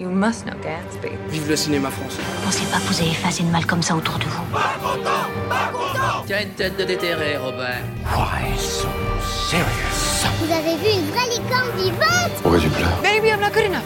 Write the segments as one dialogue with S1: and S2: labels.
S1: You must know Gatsby.
S2: Vive le cinéma français.
S3: Pensez pas que vous avez effacé de mal comme ça autour de vous.
S4: Tu as une tête de déterré, Robin.
S5: Vous avez vu une vraie licorne vivante
S1: Maybe I'm not good enough.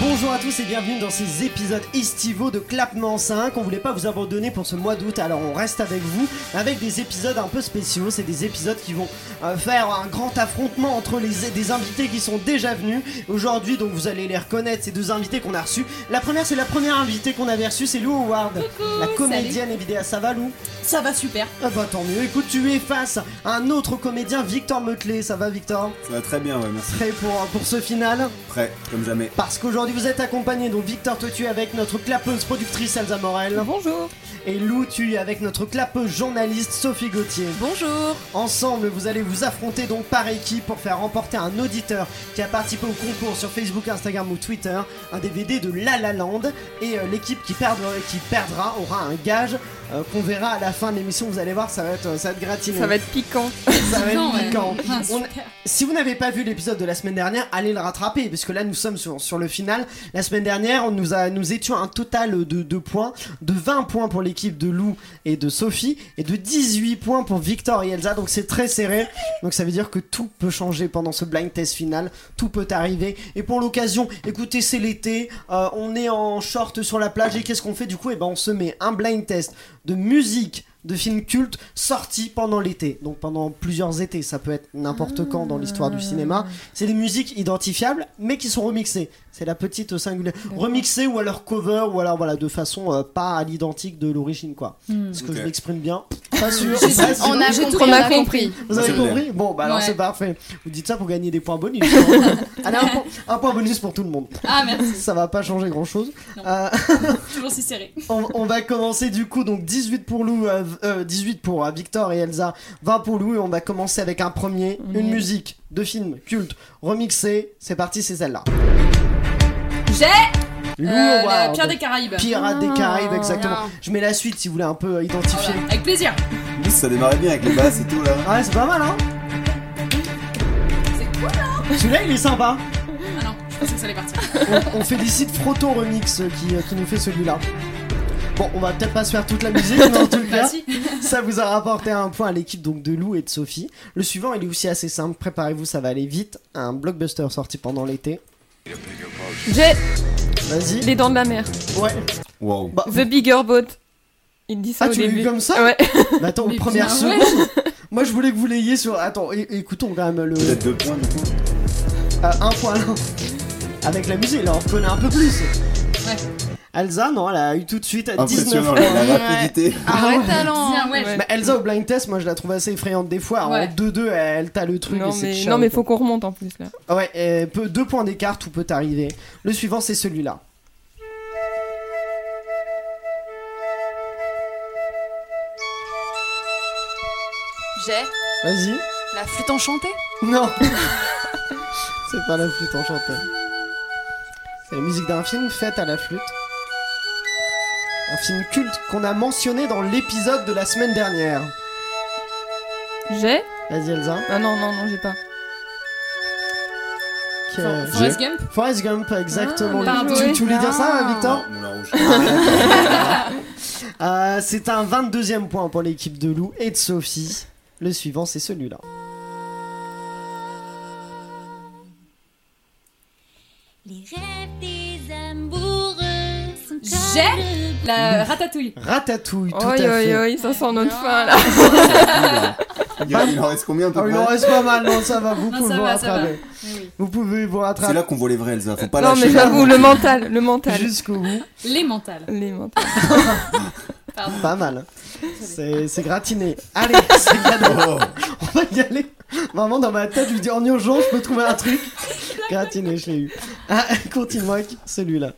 S6: Bonjour à tous et bienvenue dans ces épisodes estivaux de Clapement 5. On voulait pas vous abandonner pour ce mois d'août, alors on reste avec vous avec des épisodes un peu spéciaux. C'est des épisodes qui vont euh, faire un grand affrontement entre les des invités qui sont déjà venus aujourd'hui. Donc vous allez les reconnaître, ces deux invités qu'on a reçus. La première, c'est la première invitée qu'on avait reçue, c'est Lou Howard, la comédienne évidemment. Ça va Lou
S7: Ça va super.
S6: Ah bah tant mieux. Écoute, tu es face à un autre comédien, Victor Meutley. Ça va Victor
S8: Ça va très bien, ouais, merci.
S6: Prêt pour, pour ce final
S8: Prêt, comme jamais.
S6: Parce qu'aujourd'hui vous êtes accompagné, donc Victor toi, tu es avec notre clapeuse productrice Elsa Morel.
S7: Bonjour.
S6: Et Lou tu es avec notre clapeuse journaliste Sophie Gauthier.
S7: Bonjour.
S6: Ensemble vous allez vous affronter donc par équipe pour faire remporter un auditeur qui a participé au concours sur Facebook, Instagram ou Twitter, un DVD de La La Land. Et euh, l'équipe qui, perd- qui perdra aura un gage euh, qu'on verra à la fin de l'émission. Vous allez voir, ça va être, euh, ça va être gratiné.
S9: Ça va être piquant.
S6: Ça va être
S7: piquant, ouais.
S6: piquant. On- Si vous n'avez pas vu l'épisode de la semaine dernière, allez le rattraper, parce que là nous sommes sur, sur le final. La semaine dernière, on nous, a, nous étions à un total de, de points, de 20 points pour l'équipe de Lou et de Sophie, et de 18 points pour Victor et Elsa, donc c'est très serré. Donc ça veut dire que tout peut changer pendant ce blind test final, tout peut arriver. Et pour l'occasion, écoutez, c'est l'été, euh, on est en short sur la plage, et qu'est-ce qu'on fait du coup Eh ben on se met un blind test de musique de films cultes sortis pendant l'été. Donc pendant plusieurs étés, ça peut être n'importe quand dans l'histoire du cinéma. C'est des musiques identifiables, mais qui sont remixées. C'est la petite singulière. Remixées ou alors cover, ou alors voilà, de façon euh, pas à l'identique de l'origine, quoi. Est-ce que
S8: Ok.
S6: je m'exprime bien Pas sûr. pas sûr.
S9: On a
S7: J'ai
S9: compris.
S7: tout-
S9: On a
S7: on a
S9: compris.
S6: Vous avez
S8: C'est vrai.
S6: compris Bon, bah alors
S7: Ouais.
S6: c'est parfait. Vous dites ça pour gagner des points bonus. hein. Allez, un point, un point bonus pour tout le monde.
S7: Ah merci.
S6: Ça va pas changer grand chose.
S7: Non.
S6: Euh,
S7: Toujours si serré.
S6: on, on va commencer du coup donc 18 pour Lou, euh, euh, 18 pour euh, Victor et Elsa, 20 pour Lou et on va commencer avec un premier, une musique de film culte remixée. C'est parti, c'est celle-là.
S7: J'ai
S6: Lou
S7: euh, la
S6: Howard.
S7: pierre des Caraïbes. Ah,
S6: Pirate des Caraïbes, exactement.
S9: non.
S6: Je mets la suite si vous voulez un peu euh, identifier.
S7: Voilà. Avec plaisir.
S8: En plus, ça démarrait bien avec les basses et tout là.
S6: Ouais, c'est pas mal hein.
S7: C'est hein. quoi
S6: Celui-là il est sympa.
S7: Ah non, je pensais que ça allait partir.
S6: on, on félicite Froto Remix euh, qui, euh, qui nous fait celui-là. Bon, on va peut-être pas se faire toute la musique, mais en tout cas,
S7: Bah si.
S6: ça vous a rapporté un point à l'équipe donc de Lou et de Sophie. Le suivant, il est aussi assez simple. Préparez-vous, ça va aller vite. Un blockbuster sorti pendant l'été.
S9: J'ai
S6: Vas-y.
S9: les dents de la mer.
S6: Ouais.
S8: Wow.
S6: Bah,
S9: The Bigger Boat. Il dit ça
S6: Ah,
S9: au
S6: tu l'as
S9: début.
S6: eu comme ça
S9: Ouais.
S6: bah, attends,
S7: Mais
S6: première
S7: putain, ouais.
S6: seconde. Moi, je voulais que vous l'ayez sur. Attends, é- écoutons quand même le.
S8: Peut-être deux points du coup.
S6: à un point. là. Avec la musique, là, on reconnaît un peu plus.
S7: Ouais.
S6: Alza, non, elle a eu tout de suite à 19
S8: Impressionnant
S6: points.
S8: la,
S9: Ouais.
S8: la rapidité.
S6: Ah ouais.
S9: Arrête talent.
S7: Bien, ouais,
S6: Bah, Elsa au blind test, moi je la trouve assez effrayante des fois.
S7: Ouais.
S6: En 2-2, elle t'a le truc. et
S9: Non
S6: c'est
S9: mais,
S6: chiant,
S9: non mais
S6: quoi.
S9: faut qu'on remonte en plus là.
S6: Ah Ouais, euh, peu- deux points d'écart, tout peut arriver. Le suivant, c'est celui-là.
S10: J'ai
S6: Vas-y.
S10: la flûte enchantée.
S6: Non C'est pas la flûte enchantée. C'est la musique d'un film faite à la flûte. Un film culte qu'on a mentionné dans l'épisode de la semaine dernière.
S9: J'ai
S6: Vas-y, Elsa.
S9: Ah non non non j'ai pas.
S6: Qui, euh,
S7: Forrest Gump.
S6: Forrest Gump, exactement.
S9: Ah,
S6: Tu-
S9: bien
S6: tu,
S9: joué.
S6: voulais dire ça,
S9: Ah.
S6: Victor
S8: Moulin rouge.
S6: Euh, c'est un 22e point pour l'équipe de Lou et de Sophie. Le suivant, c'est celui-là.
S5: Les rêves des amoureux sont
S7: J'ai La ratatouille.
S6: Ratatouille, tout à
S9: Oi
S6: fait.
S9: oi oi ça sent notre fin là.
S8: Il, en- il en reste combien à
S9: Ah,
S8: peu
S6: Oh, il en
S8: près
S6: reste pas mal, non, ça va, vous
S7: Non,
S6: pouvez
S7: ça
S6: vous
S7: va, ça va.
S6: rattraper.
S7: Mais oui.
S6: Vous pouvez vous
S8: C'est là
S6: rattraper
S8: qu'on voit les vrais Elsa.
S10: Ah,
S8: Faut pas
S9: Non
S8: lâcher.
S9: mais j'avoue le mental le mental.
S6: jusqu'au bout.
S7: Les mentales.
S9: Les mentales.
S7: Pardon.
S6: Pas mal. C'est c'est gratiné. Allez, c'est cadeau.
S8: Oh,
S6: On va y aller. Vraiment, dans ma tête, je me dis en urgence, je peux trouver un truc. Gratiné, je l'ai eu. Ah, continue avec celui-là.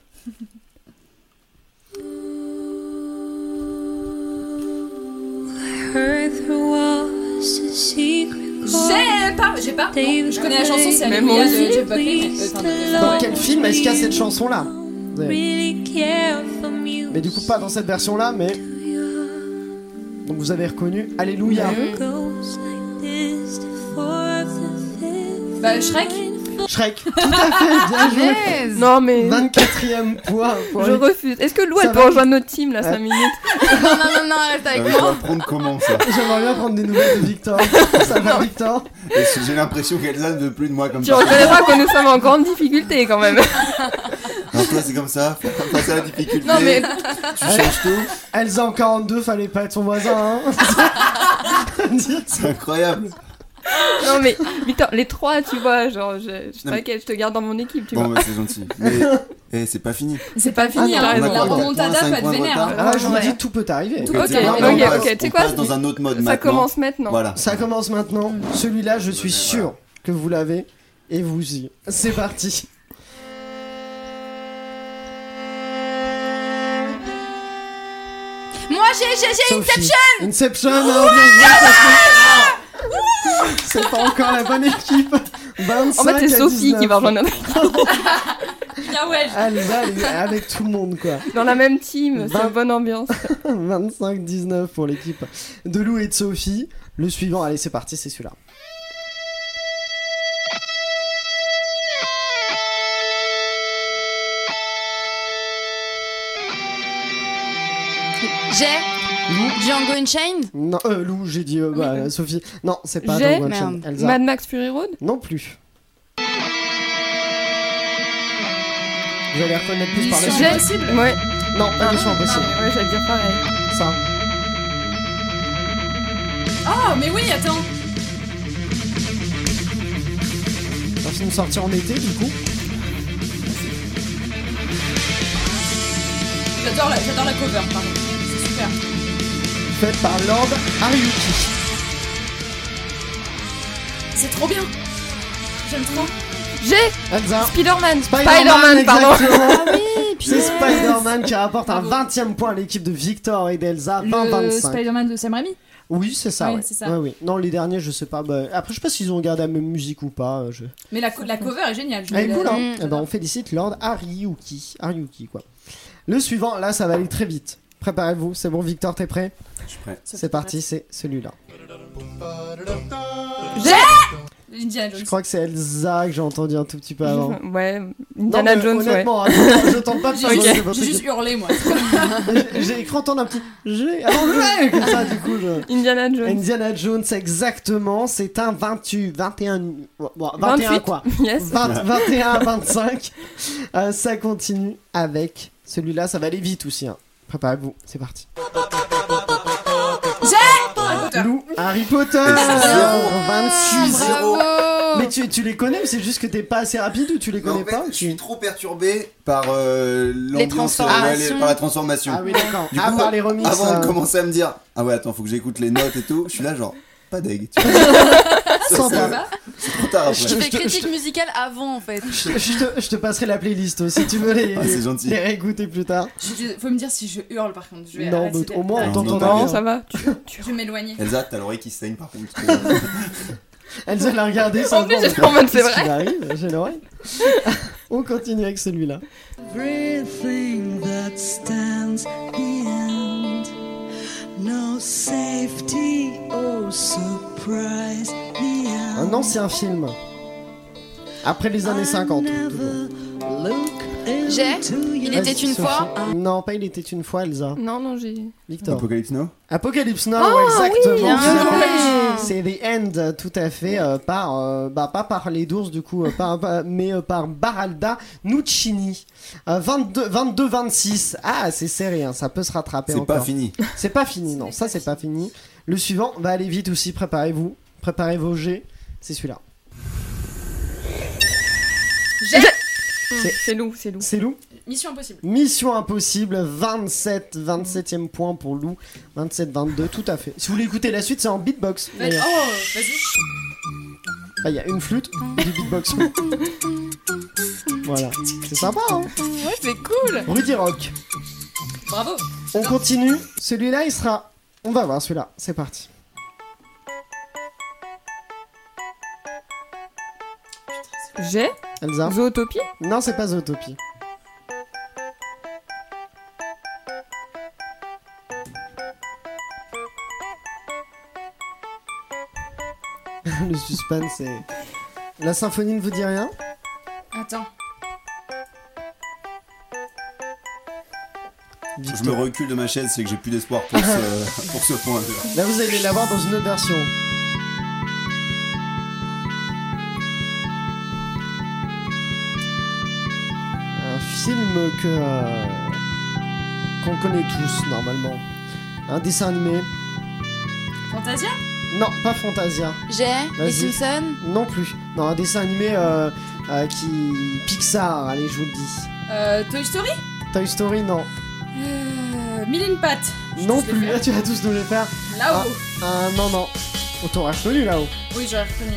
S7: J'ai pas. J'ai pas. Non, je connais la chanson, c'est
S9: Mais moi
S7: Alléluia de
S9: aussi.
S7: Jeff Buckley. mais- euh, enfin, de-
S6: Dans
S7: ouais.
S6: quel film est-ce qu'il y a cette chanson-là Vous avez- Mais du coup, pas dans cette version-là, mais. Donc vous avez reconnu Alléluia.
S7: Bah Shrek.
S6: Shrek. Tout à fait,
S10: Ah,
S6: bien joué.
S10: Punaise.
S9: Non, mais
S6: 24ème point. pour
S9: je
S6: lui.
S9: refuse. Est-ce que Lou,
S6: Ça
S9: elle peut
S6: va.
S9: rejoindre notre team là, 5
S6: Ouais.
S9: minutes
S10: Non, non, non, non, reste
S8: Ah
S10: avec
S8: oui,
S10: moi.
S8: ça va prendre comment ça
S6: J'aimerais bien prendre des nouvelles de Victor. Ça va, Victor
S8: Et J'ai l'impression qu'Elsa ne veut plus de moi comme
S9: Tu
S8: ça.
S9: reconnaîtras que nous sommes en grande difficulté quand même.
S8: Non, toi c'est comme ça, faut faire face à la difficulté.
S9: Non, mais
S8: Tu changes tout,
S6: Elsa en 42, fallait pas être son voisin. Hein.
S8: c'est incroyable.
S9: Non mais Victor, les trois, tu vois, genre, je, je
S8: Non, mais-
S9: t'inquiète, je te garde dans mon équipe, tu
S8: Bon,
S9: vois.
S8: bah, c'est gentil. Mais eh, c'est pas fini.
S7: C'est pas fini,
S9: Ah, non,
S7: hein.
S9: t'as
S7: la
S9: raison.
S7: remontada,
S8: Cinq
S7: pas de
S8: points de
S7: vénère.
S8: retard.
S7: hein.
S6: Ah, je vous
S10: Ouais.
S6: dis, tout peut arriver.
S7: Tout- ok,
S8: maintenant,
S7: ok,
S8: on passe-
S9: ok, tu sais
S8: on
S9: quoi,
S8: passe
S9: je-
S8: dans un autre mode
S9: Ça
S8: maintenant.
S9: commence maintenant.
S8: Voilà.
S6: Ça commence maintenant. Celui-là, je suis sûr que vous l'avez. Et vous y. C'est parti.
S7: Moi, j'ai, j'ai, j'ai.
S6: Sophie. Inception hein, bien joué, Sophie. C'est pas encore la bonne équipe. 25
S9: En fait, c'est
S6: à
S9: Oh, bah, Sophie qui
S6: 19.
S9: va rejoindre notre-
S7: Bien, ouais.
S6: Elsa, elle est bah, avec tout le monde, quoi.
S9: dans la même team, c'est
S6: Vingt-
S9: une bonne ambiance.
S6: 25-19 pour l'équipe de Lou et de Sophie. Le suivant, allez, c'est parti, c'est celui-là.
S10: J'ai
S6: Lou
S10: Django Unchained.
S6: Non, euh, Lou, j'ai dit euh, bah, Sophie. Non, c'est pas
S9: J'ai-
S6: Django Unchained.
S10: Merde.
S6: Elsa.
S9: Mad Max Fury Road
S6: Non plus. Vous allez reconnaître plus par la
S7: Mission
S6: suite.
S7: impossible.
S9: Ouais,
S6: Non, pas mission impossible.
S9: mais ouais, j'allais dire pareil.
S6: Ça.
S7: Oh, mais oui, attends.
S6: Un film sorti en été, du coup.
S7: J'adore la, j'adore la cover, pardon. C'est super.
S6: Fait par Lord Ariuki.
S7: C'est trop bien. J'aime trop.
S9: J'ai
S6: Elsa.
S9: Spider-Man
S6: Spider-Man,
S9: Spider-Man, pardon
S6: exactement. C'est Spider-Man qui rapporte un 20ème point à l'équipe de Victor et d'Elsa. 20-25.
S7: Spider-Man de Sam Raimi.
S6: Oui, c'est ça.
S7: Ouais,
S6: ouais.
S7: c'est ça.
S6: Ouais, oui. Non, les derniers, je sais pas. bah, Après, je sais pas s'ils ont gardé la même musique ou pas. euh, Je...
S7: Mais la, co- la cover est géniale. je
S6: Elle est
S7: l'ai-
S6: cool, hein
S10: Mm.
S6: Eh ben, On félicite Lord Ariuki. Ariuki, quoi. Le suivant, là, ça va aller très vite. Préparez-vous, c'est bon, Victor, t'es prêt
S8: Je suis prêt.
S6: C'est parti, c'est celui-là.
S7: Indiana Jones.
S6: Je crois que c'est Elsa que j'ai entendu un tout petit peu avant.
S9: Ouais,
S6: Non,
S9: Indiana
S6: mais
S9: Jones, ouais.
S6: honnêtement, hein, je tente pas de
S7: J'ai
S6: faire
S7: juste-
S6: votre
S7: j'ai
S6: truc.
S7: juste hurlé, moi.
S6: J'ai- J'ai cru entendre un petit J'ai avant ouais, comme ça, du coup, je-
S9: Indiana Jones.
S6: Indiana Jones, exactement, c'est un 28, 21, bon, bon, 21
S9: 28.
S6: quoi.
S9: Yes.
S6: 20 21 à 25. Euh, ça continue avec celui-là, ça va aller vite aussi. hein. Préparez-vous, c'est parti. Ah, Lou, Harry Potter
S8: Zéro.
S6: 26
S9: Oh.
S10: Bravo.
S6: Mais tu, tu les connais, c'est juste que t'es pas assez rapide ou tu les
S8: Mais
S6: connais
S8: en fait,
S6: pas
S8: je
S6: tu-
S8: suis trop perturbé par euh, l'ambiance,
S10: transformations.
S8: euh, ouais, les- par la transformation.
S6: Ah oui, d'accord.
S8: Du
S6: À
S8: coup,
S6: part les remixes.
S8: Avant
S6: euh,
S8: de commencer à me dire, ah ouais, attends, faut que j'écoute les notes et tout, je suis là genre, pas deg. tu vois.
S6: Sans
S8: Ça,
S6: pas.
S8: c'est- C'est trop tard après.
S10: Je
S6: Je
S10: fais
S6: te-
S10: critique musicale avant en fait.
S6: je, je te, je te passerai la playlist euh, si tu veux les,
S8: Ah, c'est gentil.
S6: les réécouter plus tard.
S7: Je suis désolée, Faut me dire si je hurle, par contre. Je vais
S6: Non,
S7: arrêter
S6: mais
S7: de-
S6: au moins on
S8: Non,
S6: t'entendra.
S9: Non,
S8: non,
S9: ça va. Tu-
S7: Je vais m'éloigner.
S8: Elsa, t'as l'oreille qui saigne par contre.
S6: Elsa l'a regardé sans
S9: En plus, j'étais en mode, c'est vrai.
S6: arrive, j'ai l'oreille. on continue avec celui-là.
S2: everything that stands the end. No safety, oh surprise, the
S10: Ah.
S2: end.
S6: Un ancien film. Après les années 50.
S10: J'ai Il était
S6: Vas-y,
S10: une
S6: Sophie.
S10: fois.
S6: Non, pas Il était une fois, Elsa.
S9: Non, non, j'ai.
S6: Victor.
S8: Apocalypse Now
S6: Apocalypse Now, exactement.
S10: bien
S6: C'est The End, tout à fait, euh, par, euh, bah, pas par les d'ours du coup, euh, par- par- mais euh, par Baralda Nuccini. Euh, 22 22-26. Ah, c'est serré, hein, ça peut se rattraper
S8: C'est
S6: encore.
S8: pas fini.
S6: C'est pas fini, non, ça c'est pas fini. Le suivant va aller vite aussi, préparez-vous. Préparez vos jets, c'est celui-là.
S9: C'est Lou, c'est Lou.
S6: C'est Lou
S7: Mission impossible.
S6: Mission impossible, 27, 27ème point pour Lou, 27-22, tout à fait. Si vous voulez écouter la suite, c'est en beatbox.
S7: Vas-y.
S6: d'ailleurs.
S7: Oh, vas-y.
S6: Ah, Il y a une flûte, du beatbox. voilà, c'est sympa, hein
S10: Ouais, c'est cool.
S6: Rudy Rock.
S7: Bravo.
S6: On continue. Celui-là, il sera. On va voir celui-là. C'est parti.
S9: J'ai
S6: Elsa.
S9: Zootopie
S6: Non, c'est pas Zootopie. Le suspense, c'est. La symphonie ne vous dit rien
S7: Attends.
S8: Je me recule de ma chaise, c'est que j'ai plus d'espoir pour ce, pour ce point.
S6: Là, vous allez l'avoir dans une autre version. Un film que euh, qu'on connaît tous normalement. Un dessin animé.
S7: Fantasia
S6: Non, pas Fantasia.
S10: J'ai
S6: Vas-y.
S10: les Simpsons.
S6: Non plus. Non, un dessin animé euh, euh, qui Pixar. Allez, je vous le dis.
S7: Euh, Toy Story
S6: Toy Story, non.
S7: euh, Mille et une pattes.
S6: non
S7: tous les
S6: plus.
S7: faire.
S6: Là, tu vas tous nous les faire.
S7: Là-haut.
S6: Ah, non, non. On t'aurait reconnu là-haut.
S7: Oui, j'aurais reconnu.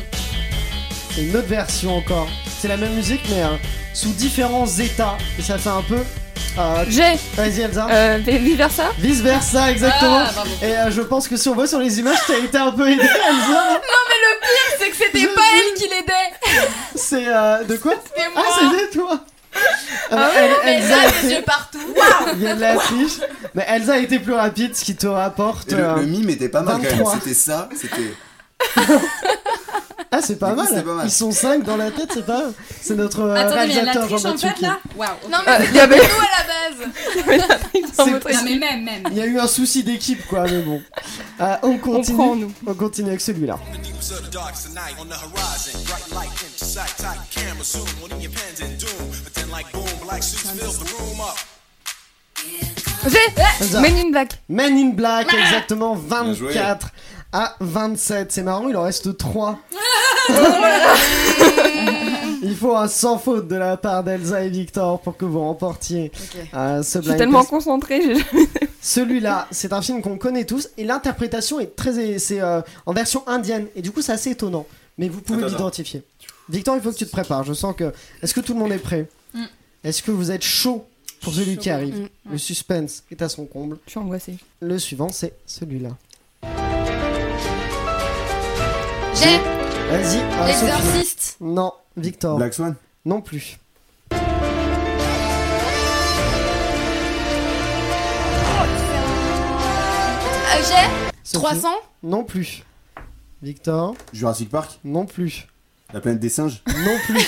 S6: C'est une autre version encore. C'est la même musique mais euh, sous différents états. Et ça fait un peu. euh,
S9: J'ai
S6: Vas-y Elsa.
S9: euh, vice versa.
S6: Vice versa exactement.
S7: Ah, bravo.
S6: et euh, je pense que si on voit sur les images, t'as été un peu aidé Elsa.
S10: C'est que
S6: Je
S10: c'était pas elle qui l'aidait.
S6: C'est euh, de quoi
S10: C'était
S6: Ah
S10: moi. Ah
S6: c'était toi. Euh, El-
S10: Mais
S6: Elsa
S10: là,
S6: a
S10: les
S6: été-
S10: yeux partout.
S6: il y a de l'affiche. Mais Elsa a été plus rapide, ce qui te rapporte.
S8: Et le,
S6: euh,
S8: le mime était pas mal quand
S6: 23.
S8: même. C'était ça, c'était.
S6: Ah, c'est pas,
S8: Du coup,
S6: mal.
S8: c'est pas mal.
S6: Ils sont 5 dans la tête, c'est pas mal. C'est notre euh,
S7: Attendez, mais il y a de la
S6: réalisateur
S7: triche en
S6: Jean-Baptiste
S7: fait
S6: qui-
S7: là Waouh. ok.
S10: Non, mais
S9: Euh, Il y avait
S10: nous à la base.
S9: dans
S6: C'est-
S9: votre
S7: Non,
S9: équipe.
S7: mais même, même.
S6: Il y a eu un souci d'équipe quoi, mais bon. Euh, on
S9: On
S6: continue.
S9: prend, nous.
S6: On continue avec celui-là.
S9: J'ai
S6: Elsa.
S9: Men in Black.
S6: Men in Black, exactement
S8: Bien joué.
S6: 24 à 27. C'est marrant, il en reste 3. il faut un sans faute de la part d'Elsa et Victor pour que vous remportiez euh, ce
S9: Je suis
S6: blind
S9: tellement
S6: test.
S9: concentrée. j'ai-
S6: Celui-là, c'est un film qu'on connaît tous et l'interprétation est très. C'est euh, en version indienne et du coup, c'est assez étonnant. Mais vous pouvez
S8: Attends,
S6: l'identifier. Victor, il faut que tu te prépares. Je sens que. Est-ce que tout le monde est prêt
S7: Mm.
S6: Est-ce que vous êtes chaud pour celui qui arrive
S10: Mm.
S6: Le suspense est à son comble.
S9: Je suis angoissée.
S6: Le suivant, c'est celui-là.
S5: J'ai
S6: Vas-y, euh, Sophie.
S10: L'exorciste.
S6: Non, Victor.
S8: Black Swan
S6: Non plus.
S10: Euh, J'ai
S6: Sophie.
S10: 300.
S6: Non plus. Victor.
S8: Jurassic Park
S6: Non plus.
S8: La planète des singes
S6: Non plus.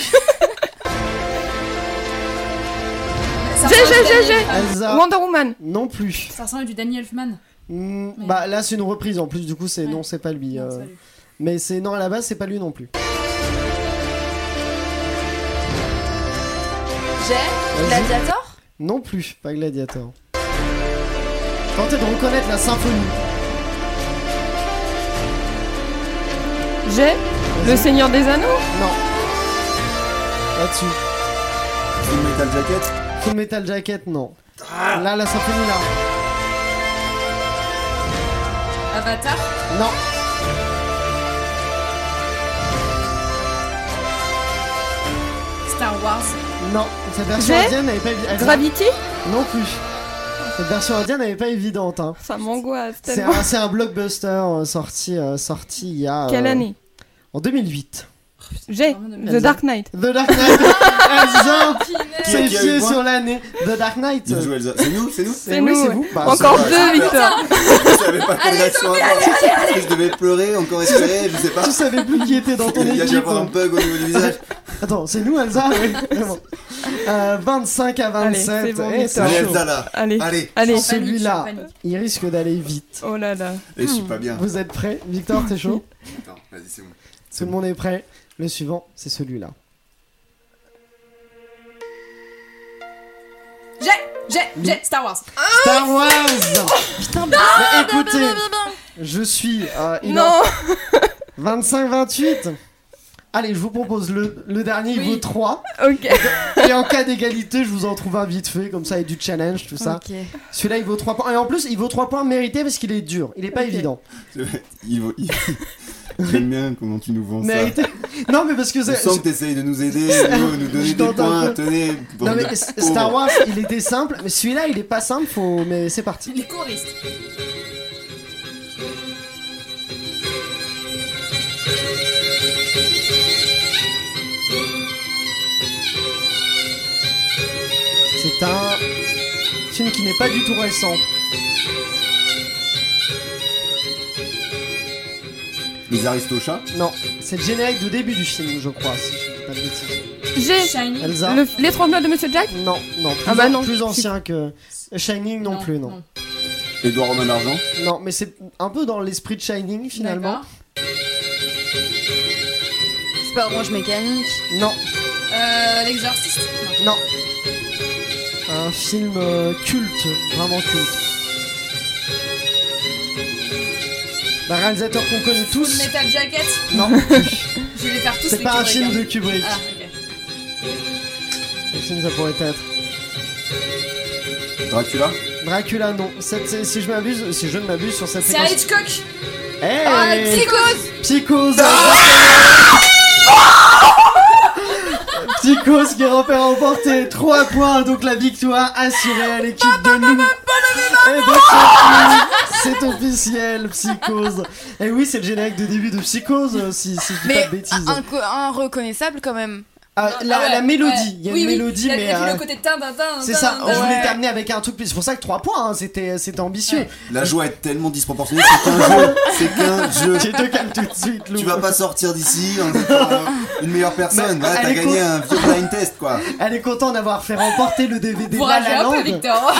S7: Ça
S9: J'ai,
S7: ressemble
S9: j'ai,
S7: à
S9: j'ai,
S7: du
S9: j'ai.
S7: Daniel-
S6: Elsa.
S9: Wonder Woman.
S6: Non plus.
S7: Ça ressemble à du Daniel Elfman.
S6: Hmm, bah là, c'est une reprise en plus. Du coup, c'est non, c'est pas lui.
S7: Non,
S6: euh,
S7: c'est pas lui.
S6: Mais c'est non à la base, c'est pas lui non plus.
S10: J'ai Gladiator.
S6: Non plus. Pas Gladiator. Tentez de reconnaître la symphonie.
S9: J'ai Le Seigneur des Anneaux.
S6: Non. Là-dessus.
S8: Full Metal Jacket
S6: Full Metal Jacket, non.
S7: Ah.
S6: Là, la symphonie là.
S7: Avatar.
S6: Non.
S7: Star Wars.
S6: Non. Cette version
S9: J'ai
S6: indienne n'avait pas. elle-
S9: Gravity.
S6: Non plus. Cette version indienne n'avait pas évidente. Hein.
S9: Ça m'angoisse
S6: C'est
S9: tellement.
S6: un, c'est un blockbuster euh, sorti, euh, sorti il y a. euh,
S9: Quelle année
S6: En 2008.
S9: J'ai
S6: Elsa.
S9: The Dark Knight.
S6: The Dark Knight Elsa
S8: Qui a-
S6: C'est
S8: qui a eu
S6: vieux
S8: le point
S6: sur l'année The Dark Knight
S8: Bien joué, Elsa. C'est nous, c'est nous
S6: C'est
S9: C'est
S6: oui,
S9: nous,
S6: c'est
S9: ouais.
S6: vous Bah,
S9: Encore
S8: c'est
S9: deux, Victor.
S8: Je savais pas quelle réaction avoir. Est-ce que je devais pleurer, encore espérer, je sais pas.
S6: Tu savais plus qui était dans ton
S8: Il y a dû
S6: équipe. euh,
S8: avoir un bug au niveau du visage.
S6: Attends, c'est nous Elsa Oui, c'est bon. Euh, 25 à
S9: Allez,
S6: 27.
S9: c'est bon,
S6: Eh,
S9: Victor.
S6: c'est
S8: Allez,
S6: chaud.
S8: Elsa là
S9: Allez.
S8: Allez
S9: Allez.
S6: Sans- Celui-là.
S7: Panique, panique.
S6: Il risque d'aller vite.
S9: Oh là là.
S8: Et je
S6: Hmm.
S8: suis pas bien.
S6: Vous êtes prêts Victor, t'es chaud
S8: Attends, vas-y, c'est bon.
S6: Tout le monde est prêt Le suivant, c'est celui-là.
S7: J'ai, j'ai, j'ai Star Wars.
S9: Ah,
S6: Star Wars
S9: bah,
S6: Mais Écoutez, je suis. euh, il en-
S9: Non
S6: 25-28 Allez, je vous propose le, le dernier, il
S7: Oui.
S6: vaut 3.
S9: Ok.
S6: Et en cas d'égalité, je vous en trouve un vite fait, comme ça, et du challenge, tout ça. Celui-là, il vaut 3 points. Et en plus, il vaut 3 points mérités parce qu'il est dur. Il est pas
S9: Ok.
S6: évident.
S8: C'est vrai. Il vaut- il- J'aime bien comment tu nous vends ça.
S6: Mérité Non, mais parce que
S8: Je
S6: c'est.
S8: sens que t'essayes de nous aider, de nous, nous donner
S6: Je
S8: des
S6: tente un peu.
S8: points, tenez.
S6: Non,
S8: bande
S6: mais
S8: de
S6: S-
S8: pauvres.
S6: Star Wars, il était simple. Mais celui-là, il est pas simple, faut. Mais c'est parti.
S7: Les choristes.
S6: Euh, C'est un film qui n'est pas du tout récent.
S8: Les Aristochats
S6: Non, c'est le générique de début du film, je crois, si je dis pas de bêtises.
S9: J'ai
S6: Elsa.
S9: le- l'étrangleur de Monsieur Jack
S6: Non, non, plus,
S9: Ah bah non.
S6: plus ancien que Shining non, plus, non.
S8: Edouard Romain d'Argent.
S6: Non, mais c'est un peu dans l'esprit de Shining finalement.
S10: C'est pas Orange Mécanique.
S6: Non,
S7: Euh, L'exorciste Non.
S6: non. Un film euh, culte, vraiment culte. D'un Bah, réalisateur qu'on connaît
S7: Full
S6: tous.
S7: Metal Jacket
S6: Non,
S7: Je vais les faire tous
S6: c'est
S7: les
S6: pas un
S7: Kubrick,
S6: film
S7: hein.
S6: de Kubrick.
S7: Ah, ok.
S6: Quel film ça pourrait être
S8: Dracula.
S6: Dracula, non. Cette- c'est- si je m'abuse, si je ne m'abuse sur cette
S7: C'est un
S6: séquence.
S7: Hitchcock
S6: Eh. Hey
S7: Ah, Psychose
S6: Psychose Psychose qui repère emporté 3 points, donc la victoire assurée à l'équipe de nous. Eh ben, c'est fini. c'est officiel, Psychose. Et oui, c'est le générique de début de Psychose, euh, si, si je dis
S10: Mais
S6: pas de bêtises.
S10: un, un reconnaissable quand même.
S6: Ah, la,
S7: Ah ouais,
S6: la
S7: ouais.
S6: mélodie, il y a
S7: Oui,
S6: une
S7: oui.
S6: mélodie,
S7: Il y a- il y
S6: mais.
S7: a plus
S6: euh,
S7: le côté tin, tin, tin,
S6: c'est
S7: tin,
S6: ça,
S7: tin,
S6: je voulais
S7: ouais.
S6: terminer avec un truc plus. C'est pour ça que 3 points, hein, c'était c'était ambitieux.
S7: Ouais.
S8: La joie est tellement disproportionnée, c'est qu'un jeu. C'est qu'un jeu.
S6: Tu te calmes tout de suite, Lou.
S8: Tu vas pas sortir d'ici en étant euh, une meilleure personne.
S6: Bah,
S8: Ah, T'as
S6: allez, cool.
S8: gagné un vieux blind test quoi.
S6: Elle est contente d'avoir fait remporter le DVD
S7: Vous
S6: de La
S7: ragez
S6: La
S7: un peu,
S6: Land.
S7: Victor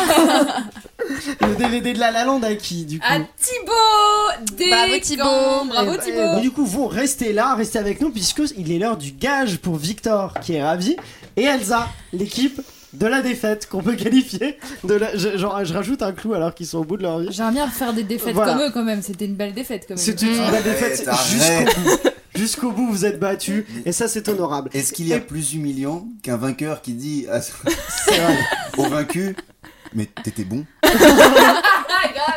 S6: Le DVD de La La Land à qui, du coup
S7: À Thibaut
S10: Bravo,
S7: Descamps.
S10: Thibaut.
S7: Ah, Bravo
S6: Eh ben, eh ben,
S7: Thibaut
S6: du coup, vous restez là, restez avec nous, puisque il est l'heure du gage pour Victor, qui est ravi, et Elsa, l'équipe de la défaite, qu'on peut qualifier de la... je, genre, je rajoute un clou alors qu'ils sont au bout de leur vie.
S11: J'aimerais bien faire des défaites
S6: Voilà.
S11: comme eux quand même, c'était une belle défaite quand même.
S6: C'est une Ah, la défaite
S8: Arrête, arrête.
S6: jusqu'au bout. Jusqu'au bout, vous êtes battus, et ça, c'est honorable.
S8: Est-ce qu'il y a plus humiliant qu'un vainqueur qui dit à-
S6: C'est vrai.
S8: au vaincu Mais t'étais bon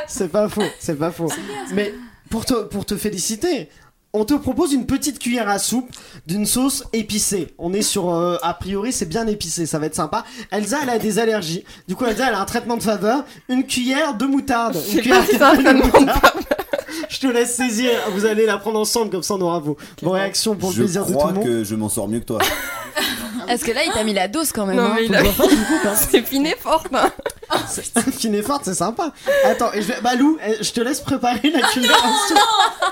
S6: C'est pas faux, c'est pas faux. Mais pour te, pour te féliciter, on te propose une petite cuillère à soupe d'une sauce épicée. On est sur, euh, a priori, c'est bien épicé, ça va être sympa. Elsa, elle a des allergies. Du coup, Elsa, elle a un traitement de faveur, une cuillère de moutarde. Une cuillère de moutarde. Je te laisse saisir, vous allez la prendre ensemble, comme ça on aura vos, vos réactions pour le
S8: Je
S6: plaisir de tout
S8: crois
S6: le monde.
S8: que je m'en sors mieux que toi.
S10: Parce que là, il t'a mis la dose quand même.
S9: Non
S10: hein.
S9: mais il a c'est finé fort. hein.
S6: Fine et forte, c'est sympa. Attends, et je vais... bah Lou, eh, je te laisse préparer la cuillère à soupe.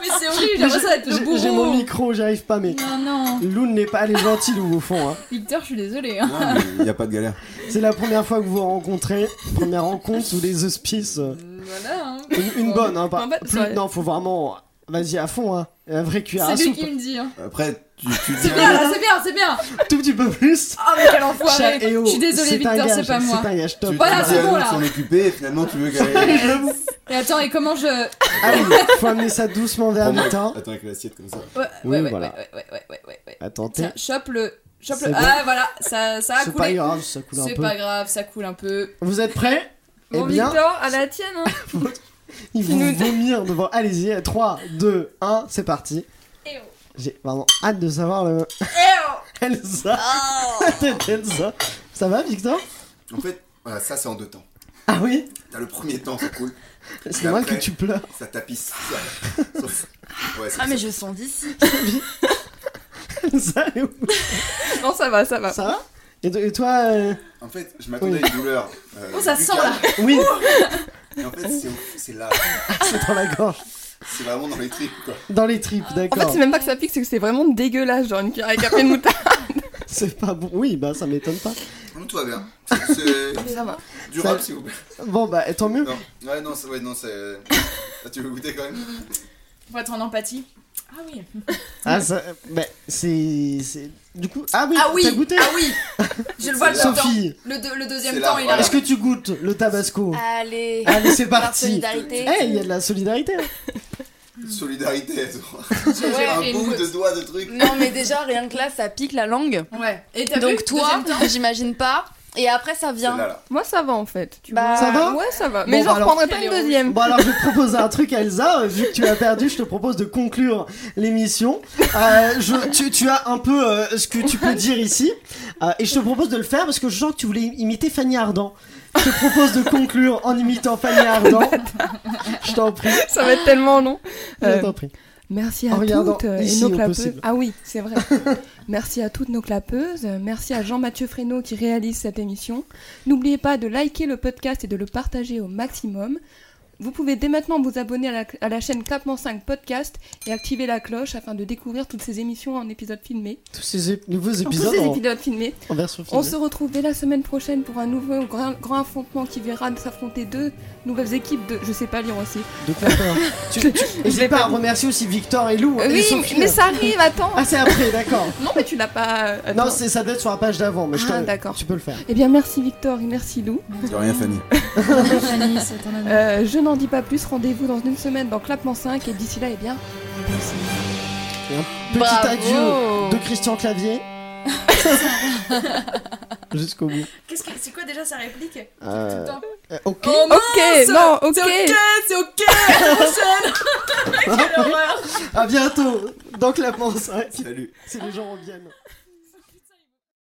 S7: Mais c'est horrible, j'ai l'impression d'être le
S6: J'ai- J'ai mon
S7: bourreau
S6: micro, j'arrive pas, mais.
S11: Non, non,
S6: Lou n'est pas allé gentil Lou au fond. hein.
S11: Victor, je suis désolée. hein.
S8: Non, mais y a pas de galère.
S6: C'est la première fois que vous vous rencontrez, première rencontre sous les auspices. euh,
S7: Voilà hein.
S6: Une, une bonne, hein, pas
S9: En fait,
S6: plus-
S9: ouais.
S6: Non, faut vraiment. Vas-y à fond, hein. La vraie cuillère à
S11: C'est lui
S6: soupe.
S11: qui me dit. hein.
S8: Après, tu, tu dis.
S7: C'est bien là, c'est bien, c'est bien
S6: Tout petit peu plus.
S7: Ah mais quel
S6: Chat
S7: enfoiré
S6: et eau.
S7: Je suis désolée
S6: un
S7: Victor, c'est
S6: gage,
S7: pas moi
S6: C'est un gage
S8: Tu
S6: top.
S8: tu
S7: Voilà,
S8: dis
S7: c'est
S8: à
S7: bon,
S8: l'autre
S7: là.
S8: s'en occuper et finalement tu veux qu'elle.
S7: Et attends, et comment je... Ouais,
S6: Allez, faut amener ça doucement vers
S8: Prends-moi-
S6: le temps.
S8: Attends, avec l'assiette comme ça.
S6: Oui,
S7: ouais, ouais,
S6: voilà.
S7: ouais, ouais, ouais, ouais, ouais, ouais.
S6: Attends, t'es-
S7: Tiens, chope le... Chope
S6: C'est
S7: le...
S6: bon.
S7: Ah voilà, ça, ça a
S6: c'est pas
S7: coulé
S6: grave, ça coule un
S7: C'est
S6: peu.
S7: pas grave, ça coule un peu
S6: Vous êtes prêts Eh
S9: Bon
S6: bien,
S9: Victor, à la tienne. hein.
S6: ils vont vomir devant. Allez-y, 3, 2, 1, c'est parti.
S7: Eh oh. Eh
S6: J'ai vraiment hâte de savoir le. Elsa
S7: Oh.
S6: La tête d'Elsa. Ça va, Victor
S8: En fait, voilà, ça c'est en deux temps.
S6: Ah oui
S8: T'as le premier temps, c'est cool.
S6: C'est moi que
S8: après.
S6: tu pleures.
S8: Ça tapisse. Sauf- Ouais, c'est
S10: Ah, mais je sens d'ici.
S6: Ça, elle est où
S9: Non ça va, ça va.
S6: Ça va et, to- et toi euh,
S8: En fait, je m'attendais à une douleur. euh,
S7: Oh, ça
S8: plus
S7: sent, là.
S8: calme.
S6: Oui, Ah,
S8: Et en fait, c'est au- c'est là.
S6: c'est dans la gorge.
S8: C'est vraiment dans les tripes, quoi.
S6: Dans les tripes,
S9: En fait
S6: d'accord.
S9: c'est même pas que ça pique, c'est que c'est vraiment dégueulasse genre une cuillère avec un peu de moutarde.
S6: c'est pas bon. Oui, bah ça m'étonne pas.
S8: Non, tout va bien. C'est
S9: Ça va.
S8: durable,
S6: Ça-
S8: s'il vous plaît.
S6: Bon, bah tant mieux.
S8: Non, ouais, non, c'est. Ouais, non, c'est- Ah, tu veux goûter quand même
S7: Pour être en empathie Ah oui
S6: Ah, ça. Bah, c'est. c'est- Du coup. Ah oui,
S7: Ah oui
S6: t'as goûté
S7: Ah oui Je le vois le
S8: C'est là.
S7: temps
S6: Sophie,
S7: Le, deux- le deuxième
S8: C'est là,
S7: temps, il
S8: voilà.
S7: arrive
S6: est-ce que tu goûtes le tabasco
S7: Ah
S10: Allez.
S6: Allez, c'est
S10: Par
S6: parti. Eh,
S10: solidarité.
S6: il y a de la solidarité. hein.
S8: Solidarité.
S7: Ouais,
S8: J'ai un
S7: et
S8: bout
S7: une-
S8: de doigt de truc.
S10: Non, mais déjà, rien que là, ça pique la langue.
S7: Ouais. Et t'as vu,
S10: Donc toi,
S7: deuxième temps
S10: j'imagine pas. Et après, ça
S8: C'est
S10: vient.
S8: là, là.
S9: Moi ça va en fait. Tu
S10: Bah,
S9: vois.
S6: Ça va
S9: Ah, Ouais ça va. Mais
S6: bah,
S9: j'en
S6: alors-
S9: prendrai pas une deuxième.
S6: Bon, alors je vais te proposer un truc, Elsa. Euh, Vu que tu as perdu, je te propose de conclure l'émission. Euh, je- tu, tu as un peu euh, ce que tu peux dire ici. Euh, et je te propose de le faire parce que je sens que tu voulais imiter Fanny Ardant. Je te propose de conclure en imitant Fanny Ardant. Je t'en prie.
S9: Ça va être tellement long.
S6: Je
S9: Euh,
S6: t'en prie.
S9: Merci
S6: En
S9: à
S6: regardant
S9: toutes euh,
S6: ici
S9: et nos
S6: au
S9: clapeuses.
S6: possible.
S9: Ah oui, c'est vrai. merci à toutes nos clapeuses. Euh, Merci à Jean-Mathieu Fresneau qui réalise cette émission. N'oubliez pas de liker le podcast et de le partager au maximum. Vous pouvez dès maintenant vous abonner à la, à la chaîne Clapement 5 Podcast et activer la cloche afin de découvrir toutes ces émissions en épisodes filmés.
S6: Tous ces ép- nouveaux
S9: Tous
S6: épisodes.
S9: ces
S6: en-
S9: épisodes filmés.
S6: en version
S9: On
S6: filmée.
S9: se retrouve dès la semaine prochaine pour un nouveau grand, grand affrontement qui verra s'affronter deux nouvelles équipes de. Je sais pas lire aussi.
S6: De quoi peur tu, tu, N'hésite pas à remercier aussi Victor et Lou.
S9: Euh,
S6: et
S9: oui,
S6: Sophie.
S9: mais ça arrive, attends.
S6: Ah, c'est après, d'accord.
S9: non, mais tu l'as pas. euh,
S6: Non,
S9: attends.
S6: c'est- ça doit être sur la page d'avant, mais je
S9: Ah,
S6: te-
S9: d'accord.
S6: tu peux le faire.
S9: Eh bien, merci Victor et merci Lou.
S8: De rien, Fanny.
S9: Euh, je n'en dis pas plus, rendez-vous dans une semaine dans Clapement 5 et d'ici là, eh bien.
S6: Et un petit
S9: Bravo.
S6: adieu de Christian Clavier jusqu'au bout.
S5: Qu'est-ce que c'est quoi déjà sa réplique
S6: Euh,
S5: Tout le temps.
S6: euh, ok.
S5: Oh, mince
S9: non, ok.
S5: C'est ok, c'est
S7: Ah,
S5: ok. à la
S6: Ah
S5: prochaine. Quelle horreur.
S6: à bientôt. Dans Clapement 5.
S8: Salut.
S6: Si les gens reviennent.